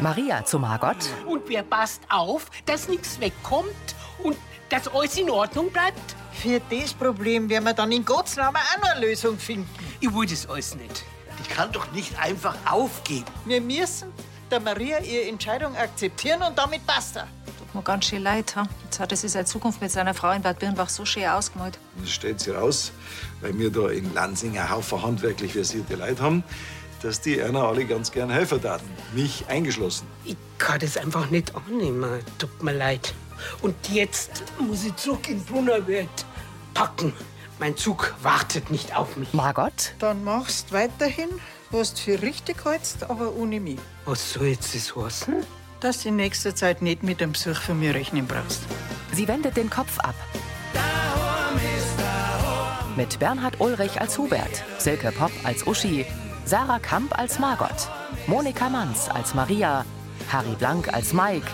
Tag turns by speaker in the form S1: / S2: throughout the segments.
S1: Maria zu Margot.
S2: Und wir passt auf, dass nichts wegkommt und dass alles in Ordnung bleibt.
S3: Für das Problem werden wir dann in Gottes Namen auch noch eine Lösung finden.
S2: Ich will das alles nicht.
S4: Ich kann doch nicht einfach aufgeben.
S3: Wir müssen der Maria ihre Entscheidung akzeptieren und damit basta.
S5: Tut mir ganz schön leid. Ha? Jetzt hat er sich seine Zukunft mit seiner Frau in Bad Birnbach so schön ausgemalt.
S6: Das stellt sich raus, weil wir da in Lansing einen Haufen handwerklich versierte Leute haben, dass die einer alle ganz gern helfen taten. Mich eingeschlossen.
S2: Ich kann das einfach nicht annehmen. Tut mir leid. Und jetzt muss ich zurück in Brunnerwirt packen. Mein Zug wartet nicht auf mich.
S1: Margot,
S3: Dann machst weiterhin, was du für richtig hältst, aber ohne mich.
S2: Was soll jetzt das heißen?
S3: Dass du in nächster Zeit nicht mit dem Besuch von mir rechnen brauchst.
S1: sie wendet den Kopf ab. Mit Bernhard Ulrich als Hubert, Silke Popp als Uschi, Sarah Kamp als Margot, Monika Manz als Maria, Harry Blank als Mike,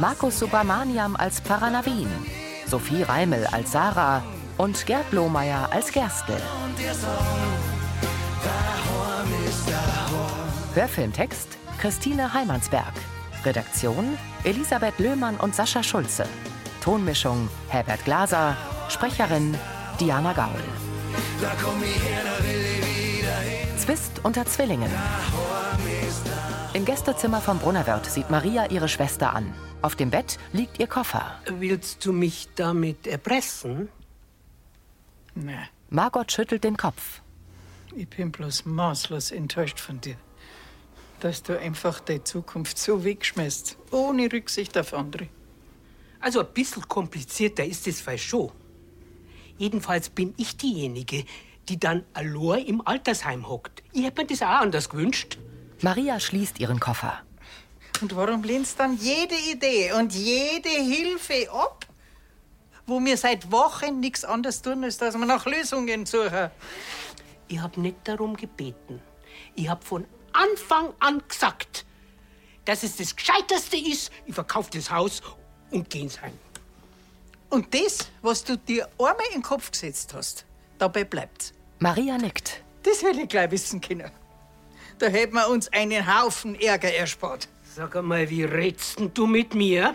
S1: Markus Subramaniam als Paranavin, Sophie Reimel als Sarah und Gerd Lohmeier als Gerstl. Hörfilmtext Christine Heimansberg. Redaktion Elisabeth Löhmann und Sascha Schulze. Tonmischung Herbert Glaser. Sprecherin Diana Gaul. Zwist unter Zwillingen. Im Gästezimmer vom Brunnerwirt sieht Maria ihre Schwester an. Auf dem Bett liegt ihr Koffer.
S2: Willst du mich damit erpressen?
S3: Nein,
S1: Margot schüttelt den Kopf.
S3: ich bin bloß maßlos enttäuscht von dir. Dass du einfach deine Zukunft so wegschmeißt, ohne Rücksicht auf andere.
S2: Also ein bisschen komplizierter ist es vielleicht schon. Jedenfalls bin ich diejenige, die dann allein im Altersheim hockt. Ich hätte mir das auch anders gewünscht.
S1: Maria schließt ihren Koffer.
S3: Und warum lehnst du dann jede Idee und jede Hilfe ab, wo wir seit Wochen nichts anderes tun, als dass wir nach Lösungen suchen?
S2: Ich hab nicht darum gebeten. Ich hab von Anfang an gesagt, dass es das Gescheiterste ist, ich verkaufe das Haus und geh ins Heim.
S3: Und das, was du dir einmal in den Kopf gesetzt hast, dabei bleibt's.
S1: Maria nickt.
S3: Das will ich gleich wissen können. Da hätten wir uns einen Haufen Ärger erspart.
S2: Sag einmal, wie redst denn du mit mir?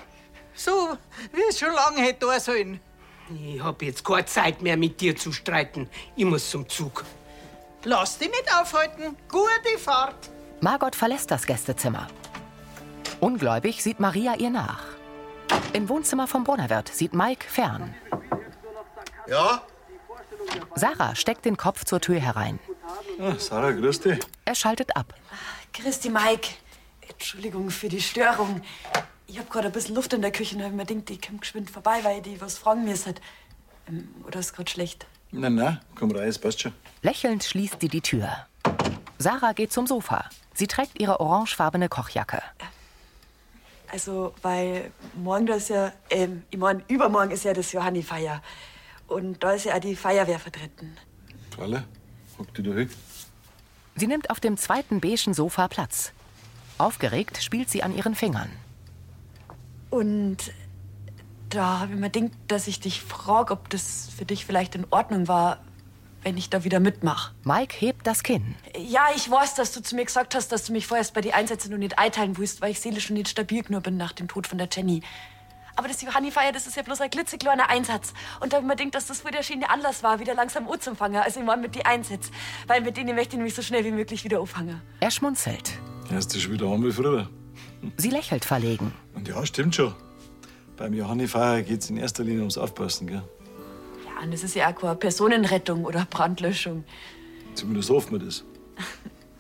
S3: So, wie es schon lange hätte da sollen.
S2: Ich hab jetzt keine Zeit mehr, mit dir zu streiten. Ich muss zum Zug.
S3: Lass dich nicht aufhalten. Gute Fahrt.
S1: Margot verlässt das Gästezimmer. Ungläubig sieht Maria ihr nach. Im Wohnzimmer vom Brunnerwirt sieht Mike fern.
S4: Ja?
S1: Sarah steckt den Kopf zur Tür herein.
S6: Ah, Sarah, grüß dich.
S1: Er schaltet ab.
S7: Christi Mike, Entschuldigung für die Störung. Ich hab gerade ein bisschen Luft in der Küche und hab mir gedacht, ich komm geschwind vorbei, weil die was fragen müssen. Ähm, Oder ist grad schlecht?
S6: Nein, nein, komm rein, es passt schon.
S1: Lächelnd schließt sie die Tür. Sarah geht zum Sofa. Sie trägt ihre orangefarbene Kochjacke.
S7: Also, weil morgen das ja, ähm, ich mein, übermorgen ist ja das Johanni-Feier. Und da ist ja auch die Feuerwehr vertreten.
S6: Falle, hock dich da hin.
S1: Sie nimmt auf dem zweiten beigen Sofa Platz. Aufgeregt spielt sie an ihren Fingern.
S7: Und da hab ich mir gedacht, dass ich dich frage, ob das für dich vielleicht in Ordnung war, wenn ich da wieder mitmache.
S1: Mike hebt das Kinn.
S7: Ja, ich weiß, dass du zu mir gesagt hast, dass du mich vorerst bei den Einsätzen noch nicht einteilen willst, weil ich seelisch noch nicht stabil genug bin nach dem Tod von der Jenny. Aber das Johanni-Feier, das ist ja bloß ein klitzekleiner Einsatz. Und da hab ich mir gedacht, dass das wohl der schöne Anlass war, wieder langsam anzufangen. Also ich meine mit den Einsatz. Weil mit denen möchte ich nämlich so schnell wie möglich wieder anfangen.
S1: Er schmunzelt.
S6: Erst ist wieder an wie früher.
S1: Sie lächelt verlegen.
S6: Und ja, stimmt schon. Beim Johannifeier geht's in erster Linie ums Aufpassen, gell?
S7: Ja, und das ist ja auch keine Personenrettung oder Brandlöschung.
S6: Zumindest hoffen wir das.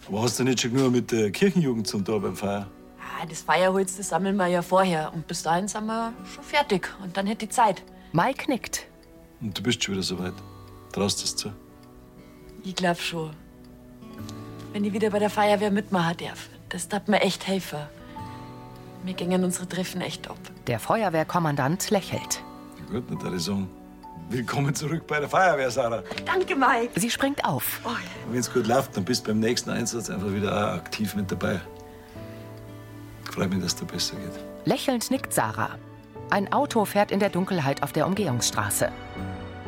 S6: Aber hast du nicht schon nur mit der Kirchenjugend zum Tor beim Feier?
S7: Ja, das Feierholz, das sammeln wir ja vorher. Und bis dahin sind wir schon fertig. Und dann hätte die Zeit.
S1: Mike nickt.
S6: Und du bist schon wieder soweit. Traust es zu.
S7: Ich glaub schon. Wenn ich wieder bei der Feuerwehr mitmachen darf, das darf mir echt helfen. Mir gingen unsere Treffen echt ab.
S1: Der Feuerwehrkommandant lächelt.
S6: Na gut, nicht alle sagen. Willkommen zurück bei der Feuerwehr, Sarah.
S7: Danke, Mike.
S1: Sie springt auf.
S6: Wenn's gut läuft, dann bist du beim nächsten Einsatz einfach wieder auch aktiv mit dabei. Freut mich, dass dir besser geht.
S1: Lächelnd nickt Sarah. Ein Auto fährt in der Dunkelheit auf der Umgehungsstraße.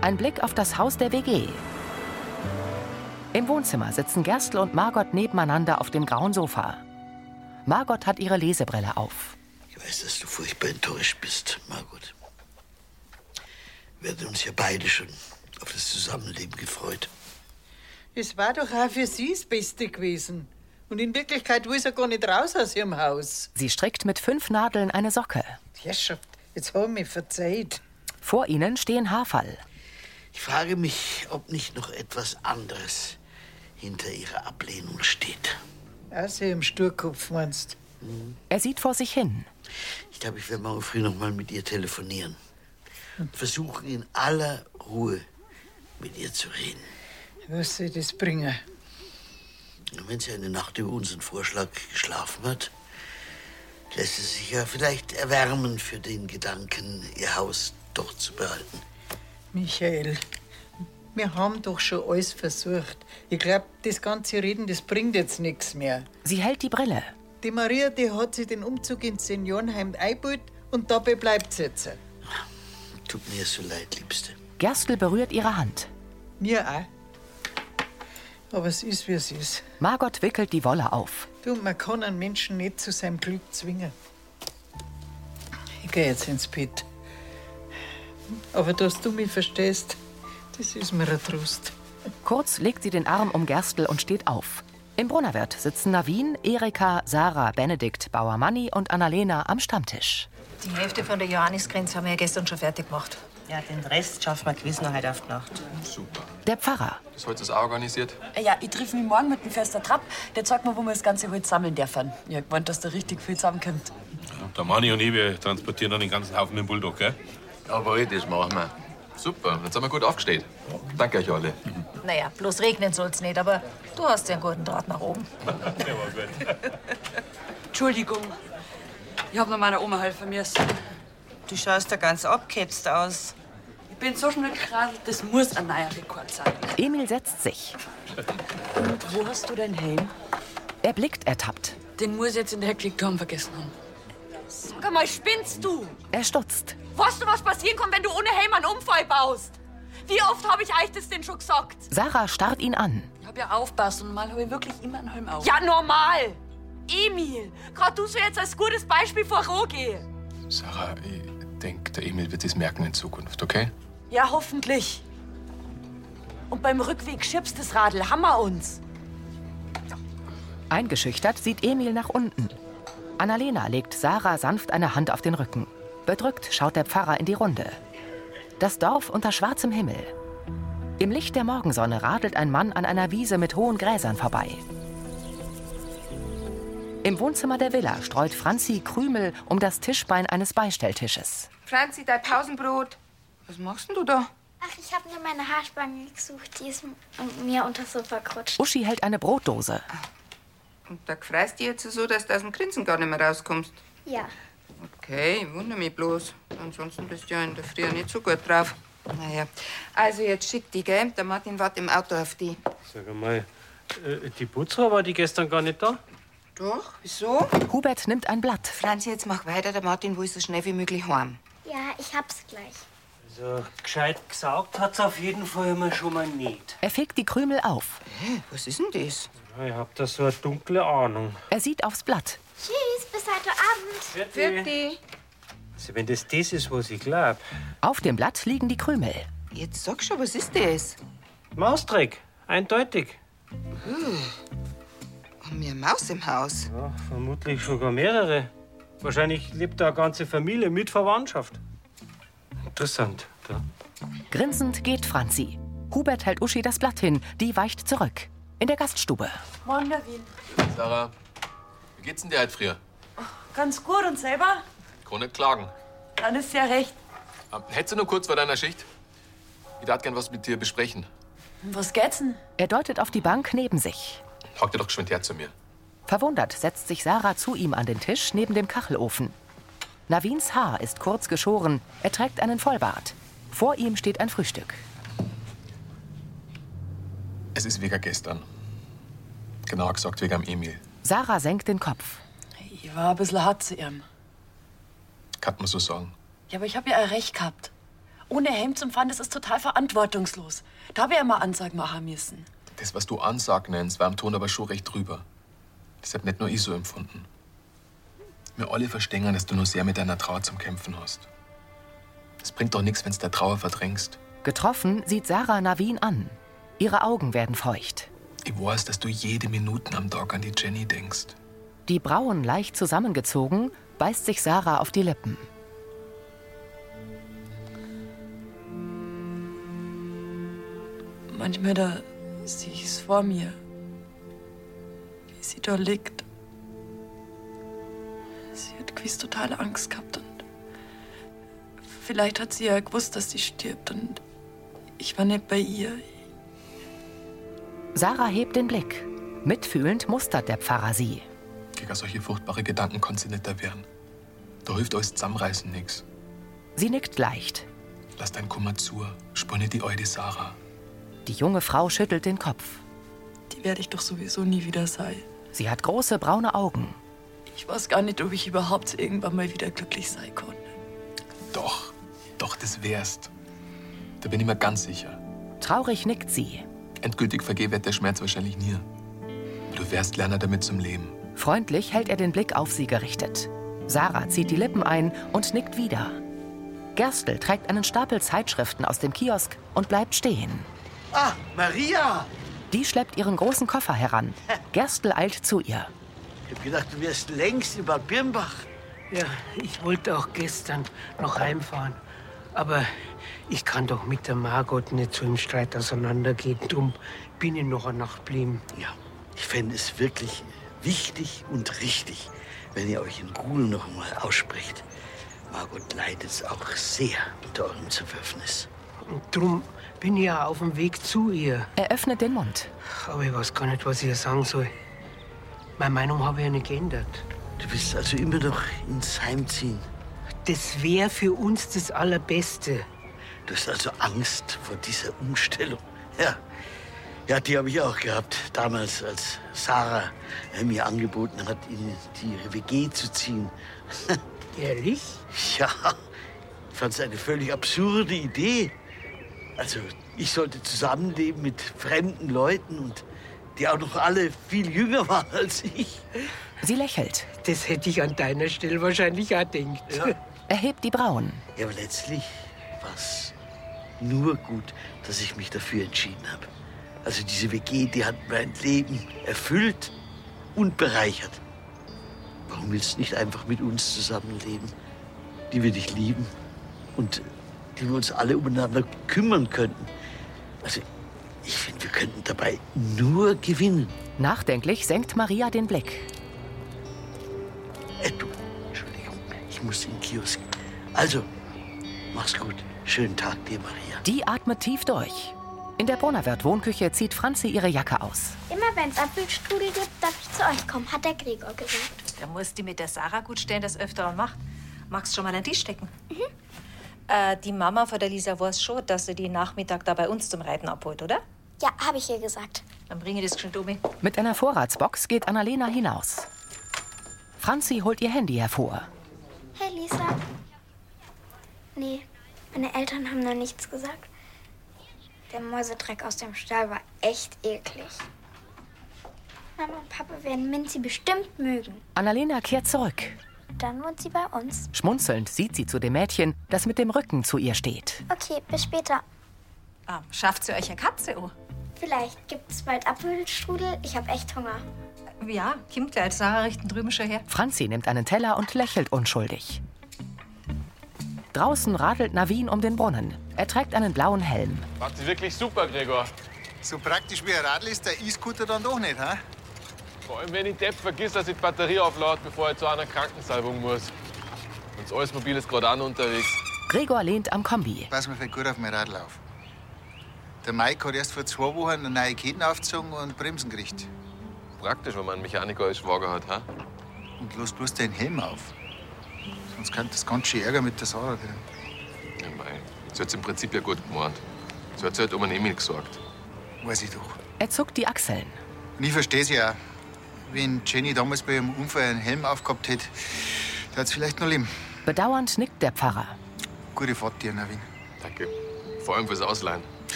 S1: Ein Blick auf das Haus der WG. Im Wohnzimmer sitzen Gerstl und Margot nebeneinander auf dem grauen Sofa. Margot hat ihre Lesebrille auf.
S4: Ich weiß, dass du furchtbar enttäuscht bist, Margot. Wir hatten uns ja beide schon auf das Zusammenleben gefreut.
S3: Es war doch auch für sie das Beste gewesen. Und in Wirklichkeit will sie gar nicht raus aus ihrem Haus.
S1: Sie strickt mit fünf Nadeln eine Socke.
S3: Herrschaft, jetzt haben wir verzeiht.
S1: Vor ihnen stehen Haferl.
S4: Ich frage mich, ob nicht noch etwas anderes hinter ihrer Ablehnung steht.
S3: Also im Sturkopf meinst Mhm.
S1: Er sieht vor sich hin.
S4: Ich glaube, ich werde morgen früh noch mal mit ihr telefonieren. Und versuchen, in aller Ruhe mit ihr zu reden.
S3: was soll das bringen?
S4: Und wenn sie eine Nacht über unseren Vorschlag geschlafen hat, lässt sie sich ja vielleicht erwärmen für den Gedanken, ihr Haus doch zu behalten.
S3: Michael, wir haben doch schon alles versucht. Ich glaube, das ganze Reden, das bringt jetzt nichts mehr.
S1: Sie hält die Brille.
S3: Die Maria, die hat sich den Umzug ins Seniorenheim eingebaut und dabei bleibt sie jetzt.
S4: Tut mir so leid, Liebste.
S1: Gerstl berührt ihre Hand.
S3: Mir auch. Aber es ist, wie es ist.
S1: Margot wickelt die Wolle auf.
S3: Du, man kann einen Menschen nicht zu seinem Glück zwingen. Ich gehe jetzt ins Bett. Aber dass du mich verstehst, das ist mir ein Trost.
S1: Kurz legt sie den Arm um Gerstl und steht auf. Im Brunnerwirt sitzen Navin, Erika, Sarah, Benedikt, Bauermanni und Annalena am Stammtisch.
S5: Die Hälfte von der Johannisgrenze haben wir ja gestern schon fertig gemacht.
S8: Ja, den Rest schaffen wir gewiss noch heute auf die Nacht.
S9: Super.
S1: Der Pfarrer.
S9: Das heute ist auch organisiert.
S7: Äh, Ja, ich treffe mich morgen mit dem Förster Trapp. Der zeigt mir, wo wir das ganze Holz sammeln dürfen. Ich hab gemeint, dass da richtig viel zusammenkommt.
S10: Der Manni und ich, wir transportieren dann den ganzen Haufen im Bulldog, gell?
S9: Jawohl, das machen wir. Super, jetzt sind wir gut aufgestellt. Danke euch alle.
S5: Naja, bloß regnen soll's nicht, aber du hast ja einen guten Draht nach oben.
S7: Entschuldigung. Ich hab noch meiner Oma helfen müssen.
S8: Du schaust da ganz abgehetzt aus.
S7: Ich bin so schnell geradelt, das muss ein neuer Rekord sein.
S1: Emil setzt sich.
S7: Wo hast du deinen Helm?
S1: Er blickt ertappt.
S7: Den muss ich jetzt in der Klickturm vergessen haben. Sag mal, spinnst du?
S1: Er stutzt.
S7: Weißt du, was passieren kann, wenn du ohne Helm einen Unfall baust? Wie oft habe ich euch das denn schon gesagt?
S1: Sarah starrt ihn an.
S7: Ich hab ja aufpasst und normal habe ich wirklich immer einen Helm auf. Ja, normal! Emil, gerade du sollst jetzt als gutes Beispiel vor Roge.
S9: Sarah, ich denke, der Emil wird das merken in Zukunft, okay?
S7: Ja, hoffentlich. Und beim Rückweg schiebst das Radl, hammer uns.
S1: Eingeschüchtert sieht Emil nach unten. Annalena legt Sarah sanft eine Hand auf den Rücken. Bedrückt schaut der Pfarrer in die Runde. Das Dorf unter schwarzem Himmel. Im Licht der Morgensonne radelt ein Mann an einer Wiese mit hohen Gräsern vorbei. Im Wohnzimmer der Villa streut Franzi Krümel um das Tischbein eines Beistelltisches.
S11: Franzi, dein Pausenbrot. Was machst denn du da?
S12: Ach, ich habe nur meine Haarspange gesucht, die ist m- mir unter das Sofa gerutscht.
S1: Uschi hält eine Brotdose.
S11: Und da freust du jetzt so, dass du aus dem Grinsen gar nicht mehr rauskommst.
S12: Ja.
S11: Okay, ich wundere mich bloß. Ansonsten bist du ja in der Früh nicht so gut drauf. Naja, also jetzt schick die, gell? Der Martin wartet im Auto auf die.
S13: Sag mal, äh, die Putzfrau war die gestern gar nicht da?
S11: Doch, wieso?
S1: Hubert nimmt ein Blatt.
S11: Franzi, jetzt mach weiter. Der Martin will so schnell wie möglich heim.
S12: Ja, ich hab's gleich.
S13: Also, gescheit gesaugt hat's auf jeden Fall immer schon mal nicht.
S1: Er fegt die Krümel auf.
S11: Hä, was ist denn das?
S13: Ja, Ich hab da so eine dunkle Ahnung.
S1: Er sieht aufs Blatt.
S12: Tschüss, bis heute Abend.
S11: Vierte.
S13: Also, wenn das das ist, was ich glaub.
S1: Auf dem Blatt liegen die Krümel.
S11: Jetzt sag schon, was ist das?
S13: Maustrick, eindeutig.
S11: Hm. Haben wir eine Maus im Haus?
S13: Ja, vermutlich sogar mehrere. Wahrscheinlich lebt da eine ganze Familie mit Verwandtschaft. Interessant. Da.
S1: Grinsend geht Franzi. Hubert hält Uschi das Blatt hin, die weicht zurück. In der Gaststube.
S7: Morgen, Wien.
S9: Sarah, wie geht's denn dir halt früher?
S7: Ganz gut und selber?
S9: Kann nicht klagen.
S7: Dann ist ja recht.
S9: Ähm, Hättest du nur kurz vor deiner Schicht? Ich darf gern was mit dir besprechen.
S7: Um Was geht's denn?
S1: Er deutet auf die Bank neben sich.
S9: Hock dir doch geschwind her zu mir.
S1: Verwundert setzt sich Sarah zu ihm an den Tisch neben dem Kachelofen. Navins Haar ist kurz geschoren. Er trägt einen Vollbart. Vor ihm steht ein Frühstück.
S9: Es ist wegen gestern. Genauer gesagt wegen am Emil.
S1: Sarah senkt den Kopf.
S7: Ich war ein bisschen hart zu ihm.
S9: Kann man so sagen.
S7: Ja, aber ich habe ja ein Recht gehabt. Ohne Helm zum Fahren, das ist total verantwortungslos. Da habe ich ja mal Ansagen machen müssen.
S9: Das, was du Ansag nennst, war im Ton aber schon recht drüber. Das hat nicht nur ich so empfunden. Wir alle verstehen, dass du nur sehr mit deiner Trauer zum Kämpfen hast. Es bringt doch nichts, wenn du der Trauer verdrängst.
S1: Getroffen sieht Sarah Navin an. Ihre Augen werden feucht.
S9: Ich weiß, dass du jede Minute am Tag an die Jenny denkst.
S1: Die Brauen leicht zusammengezogen, beißt sich Sarah auf die Lippen.
S14: Manchmal da sehe ich es vor mir, wie sie da liegt. Sie hat gewiss totale Angst gehabt und vielleicht hat sie ja gewusst, dass sie stirbt und ich war nicht bei ihr.
S1: Sarah hebt den Blick. Mitfühlend mustert der Pfarrer sie.
S9: Gegen solche furchtbare Gedanken kannst du nicht erwehren. Da hilft alles zusammenreißen nichts.
S1: Sie nickt leicht.
S9: Lass dein Kummer zu. Spür nicht die alte Sarah.
S1: Die junge Frau schüttelt den Kopf.
S14: Die werde ich doch sowieso nie wieder sein.
S1: Sie hat große braune Augen.
S14: Ich weiß gar nicht, ob ich überhaupt irgendwann mal wieder glücklich sein konnte.
S9: Doch, doch, das wärst. Da bin ich mir ganz sicher.
S1: Traurig nickt sie.
S9: Endgültig vergeh wird der Schmerz wahrscheinlich nie. Du wärst lerner damit zum Leben.
S1: Freundlich hält er den Blick auf sie gerichtet. Sarah zieht die Lippen ein und nickt wieder. Gerstl trägt einen Stapel Zeitschriften aus dem Kiosk und bleibt stehen.
S4: Ah, Maria!
S1: Die schleppt ihren großen Koffer heran. Gerstl eilt zu ihr.
S4: Ich hab gedacht, du wärst längst über Birnbach.
S2: Ja, ich wollte auch gestern noch heimfahren. Aber ich kann doch mit der Margot nicht so im Streit auseinandergehen. Drum bin ich noch eine Nacht geblieben.
S4: Ja, ich fände es wirklich wichtig und richtig, wenn ihr euch in Ruhe noch mal aussprecht. Margot leidet auch sehr unter eurem Zerwürfnis.
S2: Und drum bin ich ja auf dem Weg zu ihr.
S1: Er öffnet den Mund.
S2: Aber ich weiß gar nicht, was ich ihr sagen soll. Meine Meinung habe ich ja nicht geändert.
S4: Du bist also immer noch ins Heimziehen.
S2: Das wäre für uns das Allerbeste.
S4: Du hast also Angst vor dieser Umstellung. Ja, ja die habe ich auch gehabt. Damals, als Sarah äh, mir angeboten hat, in die WG zu ziehen.
S2: Ehrlich?
S4: Ja, ich fand es eine völlig absurde Idee. Also, ich sollte zusammenleben mit fremden Leuten und die auch noch alle viel jünger waren als ich.
S1: Sie lächelt.
S2: Das hätte ich an deiner Stelle wahrscheinlich auch gedacht.
S1: Er hebt die Brauen.
S4: Ja, aber letztlich war es nur gut, dass ich mich dafür entschieden habe. Also diese WG, die hat mein Leben erfüllt und bereichert. Warum willst du nicht einfach mit uns zusammenleben, die wir dich lieben und die wir uns alle umeinander kümmern könnten? Also ich finde, wir könnten dabei nur gewinnen.
S1: Nachdenklich senkt Maria den Blick.
S4: Äh, du, Entschuldigung, ich muss in den Kiosk. Also, mach's gut. Schönen Tag dir, Maria.
S1: Die atmet tief durch. In der Brunnerwirt-Wohnküche zieht Franzi ihre Jacke aus.
S12: Immer wenn es Apfelstrudel gibt, darf ich zu euch kommen, hat der Gregor gesagt.
S5: Da muss die mit der Sarah gut stellen, das öfter und macht. Magst schon mal an den Tisch stecken?
S12: Mhm.
S5: Äh, die Mama von der Lisa weiß schon, dass sie die Nachmittag da bei uns zum Reiten abholt, oder?
S12: Ja, habe ich ihr gesagt.
S5: Dann bringe ich das geschwind um.
S1: Mit einer Vorratsbox geht Annalena hinaus. Franzi holt ihr Handy hervor.
S12: Hey Lisa. Nee, meine Eltern haben noch nichts gesagt. Der Mäusedreck aus dem Stall war echt eklig. Mama und Papa werden Minzi bestimmt mögen.
S1: Annalena kehrt zurück.
S12: Dann wohnt sie bei uns.
S1: Schmunzelnd sieht sie zu dem Mädchen, das mit dem Rücken zu ihr steht.
S12: Okay, bis später.
S5: Ah, schafft sie euch eine Katze Oh. an?
S12: Vielleicht gibt's bald Apfelstrudel. Ich habe echt Hunger.
S5: Äh, Ja, kommt Ah, gleich. Sarah richten drüben schon her.
S1: Franzi nimmt einen Teller und lächelt unschuldig. Draußen radelt Navin um den Brunnen. Er trägt einen blauen Helm.
S15: Macht es wirklich super, Gregor.
S16: So praktisch wie ein Radl ist der E-Scooter dann doch nicht, hä?
S15: Vor allem, wenn ich Depp vergisst, dass ich die Batterie auflade, bevor ich zu einer Krankensalbung muss. Und das Eismobil ist gerade an unterwegs.
S1: Gregor lehnt am Kombi.
S16: Pass mir fällt gut auf mein Radl auf. Der Mike hat erst vor zwei Wochen eine neue Ketten aufgezogen und Bremsen gekriegt.
S15: Praktisch, wenn man einen Mechaniker als Schwager hat, ha?
S16: Und lass bloß den Helm auf. Sonst könnte das ganz schön Ärger mit der Sarah kriegen.
S15: Ja, mei. Das hat's im Prinzip ja gut gemeint. So hat's halt um einen Emil gesorgt.
S16: Weiß ich doch.
S1: Er zuckt die Achseln.
S16: Und ich verstehe sie ja. Wenn Jenny damals bei ihrem Unfall einen Helm aufgehabt hätte, der hat's vielleicht noch leben.
S1: Bedauernd nickt der Pfarrer.
S16: Gute Fahrt dir, Navin.
S15: Danke. Vor allem fürs Ausleihen.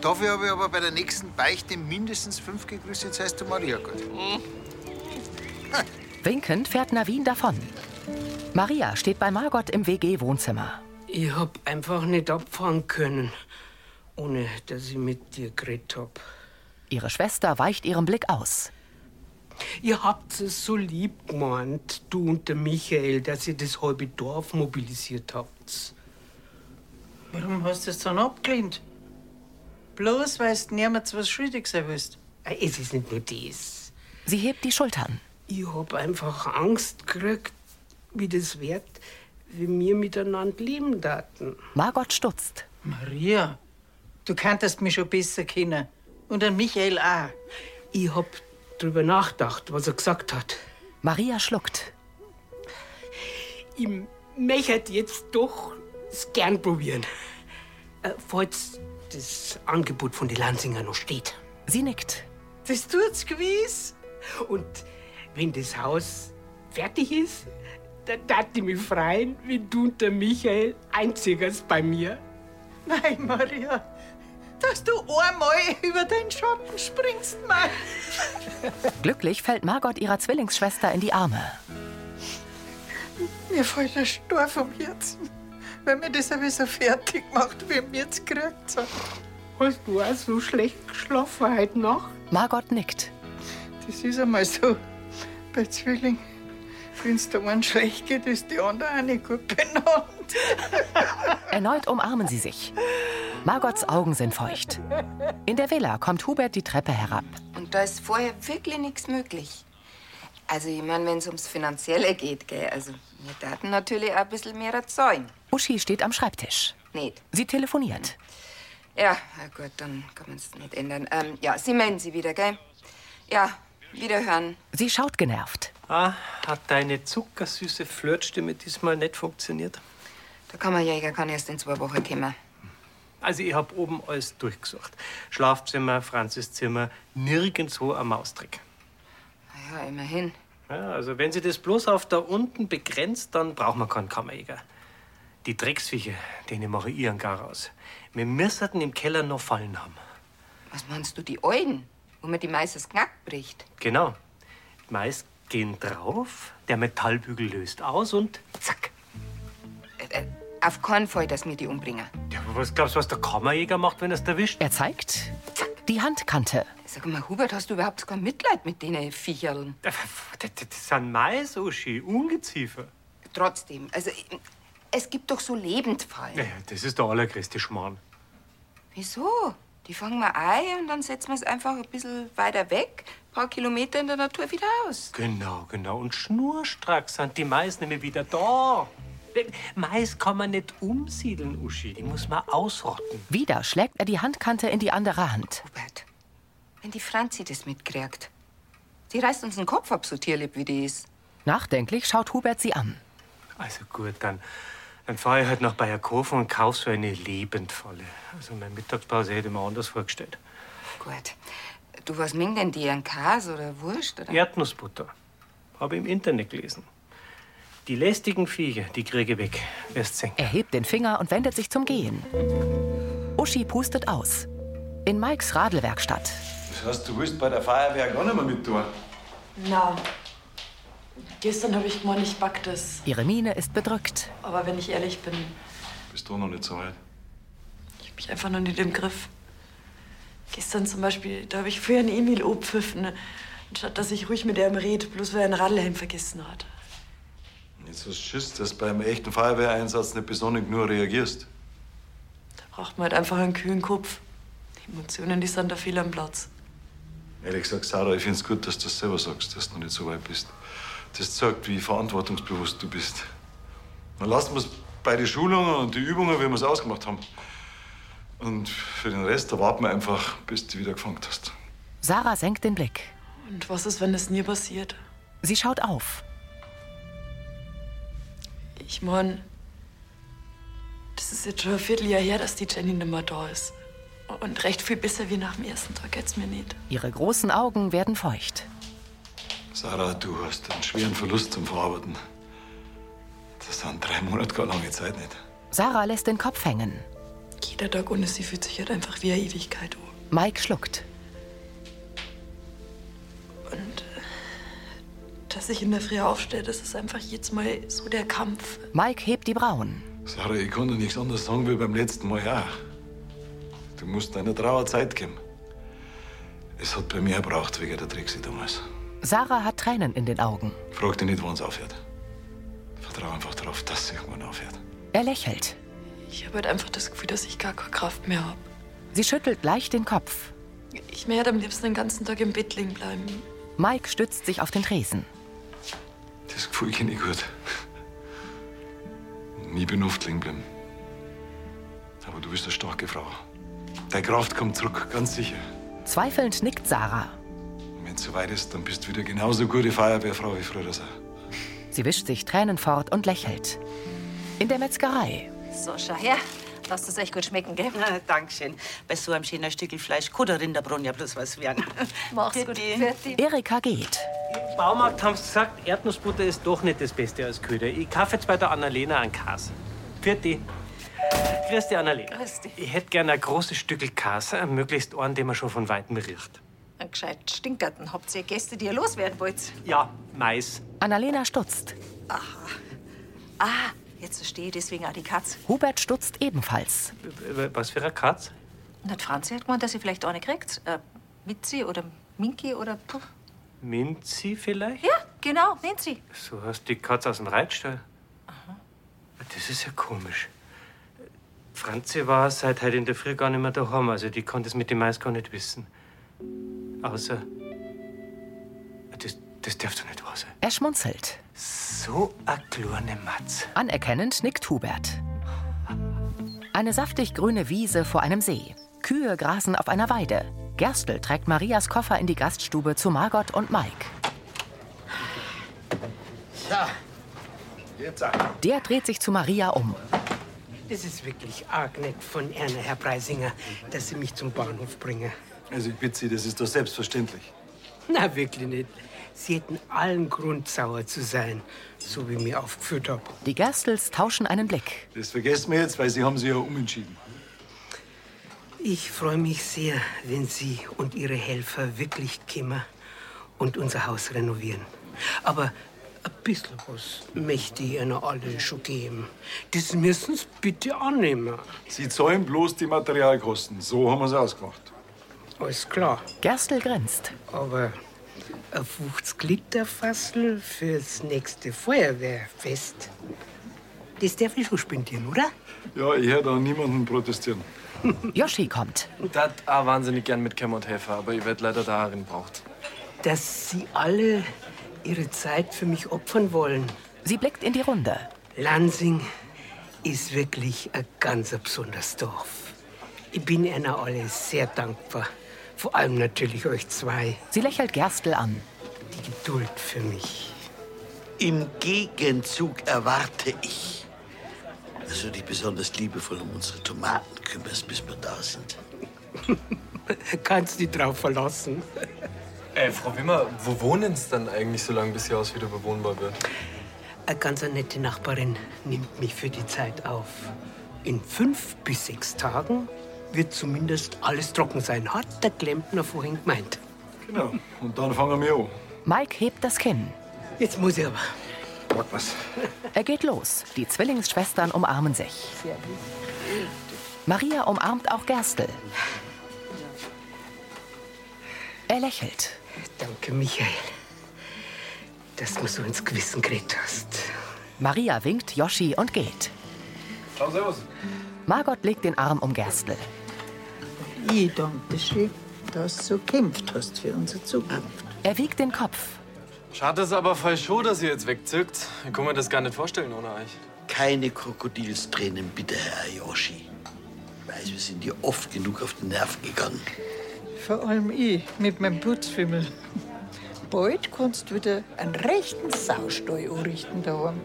S16: Dafür habe ich aber bei der nächsten Beichte mindestens fünf gegrüßt,
S15: Hm.
S16: jetzt heißt du Maria Gott.
S1: Winkend fährt Navin davon. Maria steht bei Margot im WG-Wohnzimmer.
S2: Ich hab einfach nicht abfahren können, ohne dass ich mit dir geredet hab.
S1: Ihre Schwester weicht ihrem Blick aus.
S2: Ihr habt es so lieb gemeint, du und der Michael, dass ihr das halbe Dorf mobilisiert habt.
S3: Warum hast du es dann abgelehnt? Bloß, weil du niemals was schuldig sein willst.
S2: Äh, Es ist nicht nur das.
S1: Sie hebt die Schultern.
S2: Ich hab einfach Angst gekriegt, wie das wird, wenn wir miteinander leben daten.
S1: Margot stutzt.
S3: Maria, du kanntest mich schon besser kennen. Und an Michael auch.
S2: Ich hab drüber nachgedacht, was er gesagt hat.
S1: Maria schluckt.
S2: Ich möchte jetzt doch es gern probieren. Äh, falls das Angebot von den Lansinger noch steht.
S1: Sie nickt.
S2: Das tut's gewiss. Und wenn das Haus fertig ist, dann darf ich mich freuen, wenn du und der Michael einzigerst bei mir.
S3: Nein, Maria, dass du einmal über den Schatten springst, Mann.
S1: Glücklich fällt Margot ihrer Zwillingsschwester in die Arme.
S3: Mir fällt der Stor vom Herzen, weil mir das aber so fertig macht, wie mir jetzt gekriegt hat.
S2: Hast du auch so schlecht geschlafen heute Nacht?
S1: Margot nickt.
S3: Das ist einmal so bei Zwillingen. Wenn es der einen schlecht geht, ist die andere auch nicht gut benannt.
S1: Erneut umarmen sie sich. Margots Augen sind feucht. In der Villa kommt Hubert die Treppe herab.
S11: Und da ist vorher wirklich nichts möglich. Also, ich meine, wenn es ums Finanzielle geht, gell, also, wir daten natürlich auch ein bisschen mehr zahlen.
S1: Uschi steht am Schreibtisch.
S11: Nicht.
S1: Sie telefoniert.
S11: Ja, na gut, dann kann man es nicht ändern. Ähm, ja, Sie melden Sie wieder, gell? Ja, wiederhören.
S1: Sie schaut genervt.
S13: Ah, hat deine zuckersüße Flirtstimme diesmal nicht funktioniert?
S11: Der Kammerjäger kann erst in zwei Wochen kommen.
S13: Also ich hab oben alles durchgesucht. Schlafzimmer, Franzis Zimmer, nirgendwo ein Maustrick.
S11: Na Ah ja, immerhin.
S13: Ja, also wenn sie das bloß auf da unten begrenzt, dann braucht man keinen Kammerjäger. Die Drecksviecher, denen mache ich ihren Gar aus. Wir müssten im Keller noch Fallen haben.
S11: Was meinst du, die Eulen, wo man die meistens knackt bricht?
S13: Genau. Meist gehen drauf, der Metallbügel löst aus und zack.
S11: Äh, äh, auf keinen Fall, dass mir die umbringen.
S13: Ja, aber was glaubst du, was der Kammerjäger macht, wenn er es erwischt?
S1: Er zeigt die Handkante.
S11: Sag mal, Hubert, hast du überhaupt kein Mitleid mit denen Viecherln?
S13: Das, das, das sind Mais, Uschi, Ungeziefer.
S11: Trotzdem, also ich- es gibt doch so Lebendfallen.
S13: Ja, das ist der allergrößte Schmarrn.
S11: Wieso? Die fangen wir ein und dann setzen wir es einfach ein bisschen weiter weg, ein paar Kilometer in der Natur wieder aus.
S13: Genau, genau. Und schnurstracks sind die Mais nämlich wieder da. Mais kann man nicht umsiedeln, Uschi. Die muss man ausrotten.
S1: Wieder schlägt er die Handkante in die andere Hand.
S11: Wenn die Franzi das mitkriegt. Die reißt uns den Kopf ab, so tierlieb wie die ist.
S1: Nachdenklich schaut Hubert sie an.
S13: Also gut, dann, dann fahre ich halt nach Bayerkofen und kaufe so eine Lebendfalle. Also meine Mittagspause hätte ich mir anders vorgestellt.
S11: Gut. Du, was mengen denn die? Ein Käse oder Wurst? Oder?
S13: Erdnussbutter. Habe im Internet gelesen. Die lästigen Viecher, die kriege ich weg. Wirst sehen.
S1: Er hebt den Finger und wendet sich zum Gehen. Uschi pustet aus. In Mikes Radlwerkstatt.
S6: Das heißt, du willst bei der Feuerwehr gar nicht mehr mit tun.
S14: Na, gestern habe ich gemeint, ich back das.
S1: Ihre Miene ist bedrückt.
S14: Aber wenn ich ehrlich bin,
S6: Bist du noch nicht so weit?
S14: ich habe mich einfach noch nicht im Griff. Gestern zum Beispiel, da habe ich für einen Emil obpfiffen, anstatt dass ich ruhig mit ihm rede, bloß weil er einen Radlhelm vergessen hat.
S6: Jetzt hast du Schiss, dass du beim echten Feuerwehreinsatz nicht besonnen genug reagierst.
S14: Braucht man halt einfach einen kühlen Kopf. Die Emotionen, die sind da fehl am Platz.
S6: Ehrlich gesagt, Sarah, ich find's gut, dass du das selber sagst, dass du noch nicht so weit bist. Das zeigt, wie verantwortungsbewusst du bist. Dann lassen wir's bei den Schulungen und die Übungen, wie wir's ausgemacht haben. Und für den Rest erwarten wir einfach, bis du wieder gefangen hast.
S1: Sarah senkt den Blick.
S14: Und was ist, wenn das nie passiert?
S1: Sie schaut auf.
S14: Ich mein, das ist jetzt schon ein Vierteljahr her, dass die Jenny nicht mehr da ist. Und recht viel besser wie nach dem ersten Tag geht's mir nicht.
S1: Ihre großen Augen werden feucht.
S6: Sarah, du hast einen schweren Verlust zum Verarbeiten. Das sind drei Monate gar lange Zeit nicht.
S1: Sarah lässt den Kopf hängen.
S14: Jeder Tag ohne sie fühlt sich halt einfach wie eine Ewigkeit an.
S1: Mike schluckt.
S14: dass ich in der Früh aufstehe, das ist einfach jetzt mal so der Kampf.
S1: Mike hebt die Brauen.
S6: Sarah, ich kann dir nichts anderes sagen wie beim letzten Mal auch. Du musst deiner Trauer Zeit geben. Es hat bei mir gebraucht wegen der Trixie damals.
S1: Sarah hat Tränen in den Augen.
S6: Frag dich nicht, wann es aufhört. Vertrau einfach darauf, dass es irgendwann aufhört.
S1: Er lächelt.
S14: Ich habe halt einfach das Gefühl, dass ich gar keine Kraft mehr habe.
S1: Sie schüttelt leicht den Kopf.
S14: Ich möchte am liebsten den ganzen Tag im Bett liegen bleiben.
S1: Mike stützt sich auf den Tresen.
S6: Das Gefühl kenne ich gut. Nie bin oft liegen geblieben. Aber du bist eine starke Frau. Deine Kraft kommt zurück, ganz sicher.
S1: Zweifelnd nickt Sarah.
S6: Und wenn es soweit ist, dann bist du wieder genauso gute Feuerwehrfrau wie früher. Also, Auch.
S1: Sie wischt sich Tränen fort und lächelt. In der Metzgerei.
S5: Sascha, her. Lass das echt gut schmecken, gell?
S8: Na, Dankeschön. Bei so einem schönen Stückel Fleisch kann der Rinderbrunn ja bloß was werden.
S5: Mach's gut. Fertig.
S1: Erika geht.
S13: Im Baumarkt haben sie gesagt, Erdnussbutter ist doch nicht das Beste als Köder. Ich kaufe jetzt bei der Annalena einen Käse. Vierte. Grüß dich, Annalena.
S5: Grüß dich.
S13: Ich hätte gerne ein großes Stück Käse, möglichst einen, den man schon von Weitem riecht.
S5: Ein gescheit Stinkerten. Habt ihr Gäste, die ihr loswerden wollt?
S13: Ja, Mais.
S1: Annalena stutzt.
S5: Ah, jetzt verstehe ich deswegen auch die Katz.
S1: Hubert stutzt ebenfalls.
S13: Was für eine Katz?
S5: Na, die Franzi hat gemeint, dass ihr vielleicht eine kriegt. Äh, Mitzi oder Minki oder... Puh.
S13: Minzi vielleicht?
S5: Ja, genau, Minzi.
S13: So hast die Katz aus dem Reitstall. Das ist ja komisch. Franzi war seit heute in der Früh gar nicht mehr daheim, also die konnte es mit dem Mais gar nicht wissen. Außer. Das, das darf doch nicht wahr sein.
S1: Er schmunzelt.
S13: So eine kleine Matz.
S1: Anerkennend nickt Hubert. Eine saftig grüne Wiese vor einem See. Kühe grasen auf einer Weide. Gerstl trägt Marias Koffer in die Gaststube zu Margot und Mike.
S4: Ja, jetzt auch.
S1: Der dreht sich zu Maria um.
S2: Das ist wirklich arg nett von Erna, Herr Preisinger, dass Sie mich zum Bahnhof bringen.
S6: Also ich bitte Sie, das ist doch selbstverständlich.
S2: Na, wirklich nicht. Sie hätten allen Grund, sauer zu sein, so wie ich mir aufgeführt habe.
S1: Die Gerstls tauschen einen Blick.
S6: Das vergessen wir jetzt, weil Sie haben sich ja umentschieden.
S2: Ich freue mich sehr, wenn Sie und Ihre Helfer wirklich kommen und unser Haus renovieren. Aber ein bisschen was möchte ich Ihnen allen schon geben. Das müssen Sie bitte annehmen.
S6: Sie zahlen bloß die Materialkosten. So haben wir es ausgemacht.
S2: Alles klar.
S1: Gerstl grinst.
S2: Aber ein 50 Liter Fassel fürs nächste Feuerwehrfest. Das darf ich schon spendieren, oder?
S6: Ja, ich hätte an niemanden protestieren.
S1: Yoshi kommt.
S17: Das auch wahnsinnig gern mitkommen und helfen, aber ich werd leider darin braucht.
S2: Dass Sie alle Ihre Zeit für mich opfern wollen.
S1: Sie blickt in die Runde.
S2: Lansing ist wirklich ein ganz ein besonderes Dorf. Ich bin Ihnen alle sehr dankbar. Vor allem natürlich euch zwei.
S1: Sie lächelt Gerstl an.
S2: Die Geduld für mich.
S4: Im Gegenzug erwarte ich, dass du dich besonders liebevoll um unsere Tomaten kümmerst, bis wir da sind.
S2: Kannst dich drauf verlassen.
S17: Ey, Frau Wimmer, wo wohnen Sie denn eigentlich so lange, bis Ihr Haus wieder bewohnbar wird?
S2: Eine ganz nette Nachbarin nimmt mich für die Zeit auf. In fünf bis sechs Tagen wird zumindest alles trocken sein, hat der Klempner vorhin gemeint.
S6: Genau. Und dann fangen wir an.
S1: Mike hebt das Kinn.
S2: Jetzt muss ich aber.
S6: Mag was.
S1: Er geht los. Die Zwillingsschwestern umarmen sich. Maria umarmt auch Gerstl. Er lächelt.
S2: Danke, Michael, dass du mir so ins Gewissen geredet hast.
S1: Maria winkt Yoshi und geht.
S15: Ciao, servus.
S1: Margot legt den Arm um Gerstl.
S3: Ich danke schön, dass du gekämpft hast für unsere Zukunft.
S1: Er wiegt den Kopf.
S17: Schade ist aber voll schon, dass ihr jetzt wegzückt. Ich kann mir das gar nicht vorstellen ohne euch.
S4: Keine Krokodilstränen, bitte, Herr Yoshi. Ich weiß, wir sind dir oft genug auf den Nerv gegangen.
S3: Vor allem ich mit meinem Putzfimmel. Bald kannst du wieder einen rechten Saustall anrichten daheim.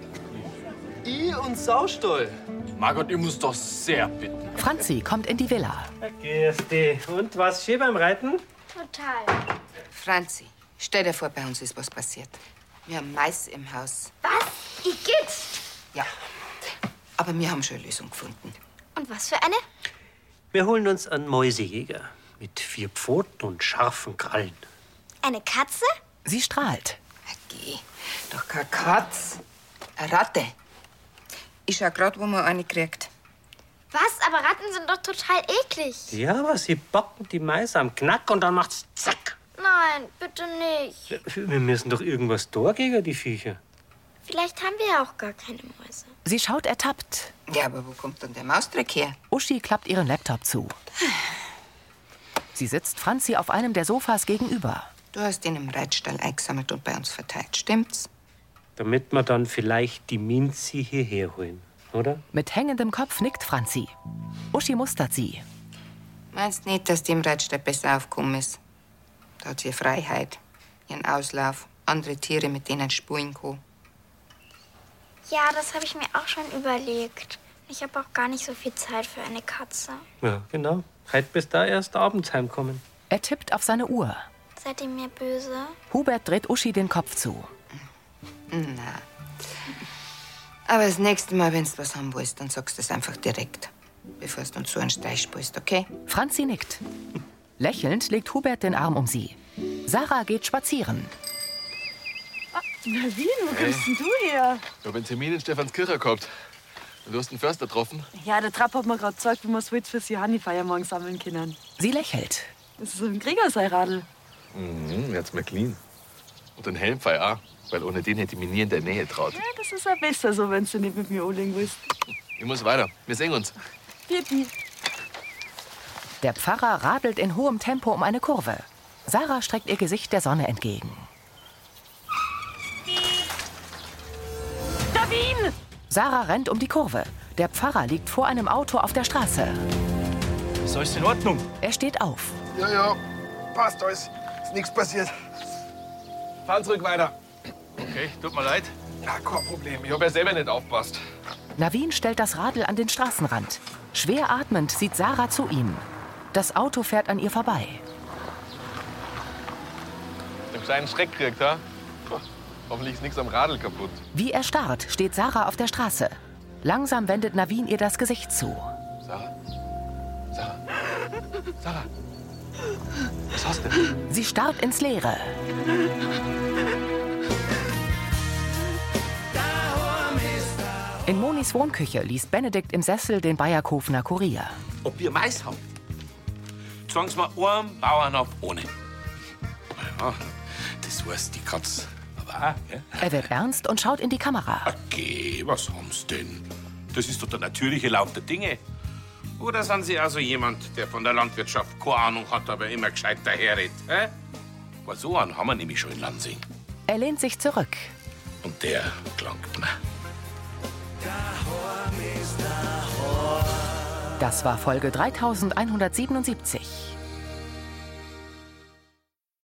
S17: Ich und Saustall. Margot, ihr müsst doch sehr bitten.
S1: Franzi kommt in die Villa.
S13: Gerste. Und was schön beim Reiten?
S12: Total.
S11: Franzi, stell dir vor, bei uns ist was passiert. Wir haben Mais im Haus.
S12: Was? Igitt!
S11: Ja. Aber wir haben schon eine Lösung gefunden.
S12: Und was für eine?
S13: Wir holen uns einen Mäusejäger mit vier Pfoten und scharfen Krallen.
S12: Eine Katze?
S1: Sie strahlt.
S11: Geh. Doch kein Katz. Eine Ratte. Ich schau grad, wo man eine kriegt.
S12: Was? Aber Ratten sind doch total eklig.
S13: Ja, aber sie bocken die Mais am Knack und dann macht's zack.
S12: Nein, bitte nicht.
S13: Wir müssen doch irgendwas da gegen die Viecher.
S12: Vielleicht haben wir ja auch gar keine Mäuse.
S1: Sie schaut ertappt.
S11: Ja, aber wo kommt denn der Maustrick her?
S1: Uschi klappt ihren Laptop zu. Sie sitzt Franzi auf einem der Sofas gegenüber.
S11: Du hast ihn im Reitstall eingesammelt und bei uns verteilt, stimmt's?
S13: Damit wir dann vielleicht die Minzi hierher holen, oder?
S1: Mit hängendem Kopf nickt Franzi. Uschi mustert sie.
S11: Meinst nicht, dass die im Reitstall besser aufgekommen ist? Da hat sie Freiheit, ihren Auslauf, andere Tiere, mit denen spulen kann.
S12: Ja, das habe ich mir auch schon überlegt. Ich habe auch gar nicht so viel Zeit für eine Katze.
S13: Ja, genau. Heute bis da erst abends heimkommen.
S1: Er tippt auf seine Uhr.
S12: Seid ihr mir böse?
S1: Hubert dreht Uschi den Kopf zu.
S11: Na. Aber das nächste Mal, wenn du was haben willst, dann sagst du es einfach direkt. Bevor du uns so einen Streich spielst, okay?
S1: Franzi nickt. Lächelnd legt Hubert den Arm um sie. Sarah geht spazieren.
S7: Marvin, wo
S9: Hey.
S7: kommst denn du her?
S9: Ich hab einen Termin in Stephanskircher gehabt. Und du hast einen Förster getroffen.
S7: Ja, der Trapp hat mir gerade gezeigt, wie man es fürs Johanni-Feier morgen sammeln können.
S1: Sie lächelt.
S7: Das ist so ein Kriegerseiradl.
S9: Mhm, jetzt mal clean. Und den Helm fei auch, weil ohne den hätte ich mich nie in der Nähe traut.
S7: Ja, das ist ja besser so, wenn du nicht mit mir anlegen willst.
S9: Ich muss weiter. Wir sehen uns.
S7: Bitte.
S1: Der Pfarrer radelt in hohem Tempo um eine Kurve. Sarah streckt ihr Gesicht der Sonne entgegen.
S7: Davin!
S1: Sarah rennt um die Kurve. Der Pfarrer liegt vor einem Auto auf der Straße.
S18: Ist alles in Ordnung?
S1: Er steht auf.
S18: Ja, ja. Passt alles. Ist nichts passiert. Fahren zurück weiter.
S9: Okay, tut mir leid.
S18: Na, kein Problem.
S9: Ich hab ja selber nicht aufpasst.
S1: Navin stellt das Radl an den Straßenrand. Schwer atmend sieht Sarah zu ihm. Das Auto fährt an ihr vorbei.
S9: Den kleinen Schreck kriegt, ha? Hoffentlich ist nichts am Radl kaputt.
S1: Wie erstarrt steht Sarah auf der Straße. Langsam wendet Navin ihr das Gesicht zu.
S9: Sarah? Sarah? Sarah? Was hast du denn?
S1: Sie starrt ins Leere. In Monis Wohnküche liest Benedikt im Sessel den Bayerkofener Kurier.
S18: Ob wir Mais haben? Zeigen's mal einem Bauern ab ohne. Ja, das weiß die Katz. Aber auch, ja?
S1: Er wird ernst und schaut in die Kamera.
S18: Geh, was haben's denn? Das ist doch der natürliche Lauf der Dinge. Oder sind Sie also jemand, der von der Landwirtschaft keine Ahnung hat, aber immer gescheit daherredet? Hä? Weil so einen haben wir nämlich schon in Lansing.
S1: Er lehnt sich zurück.
S18: Und der klangt mir.
S1: Das war Folge 3177.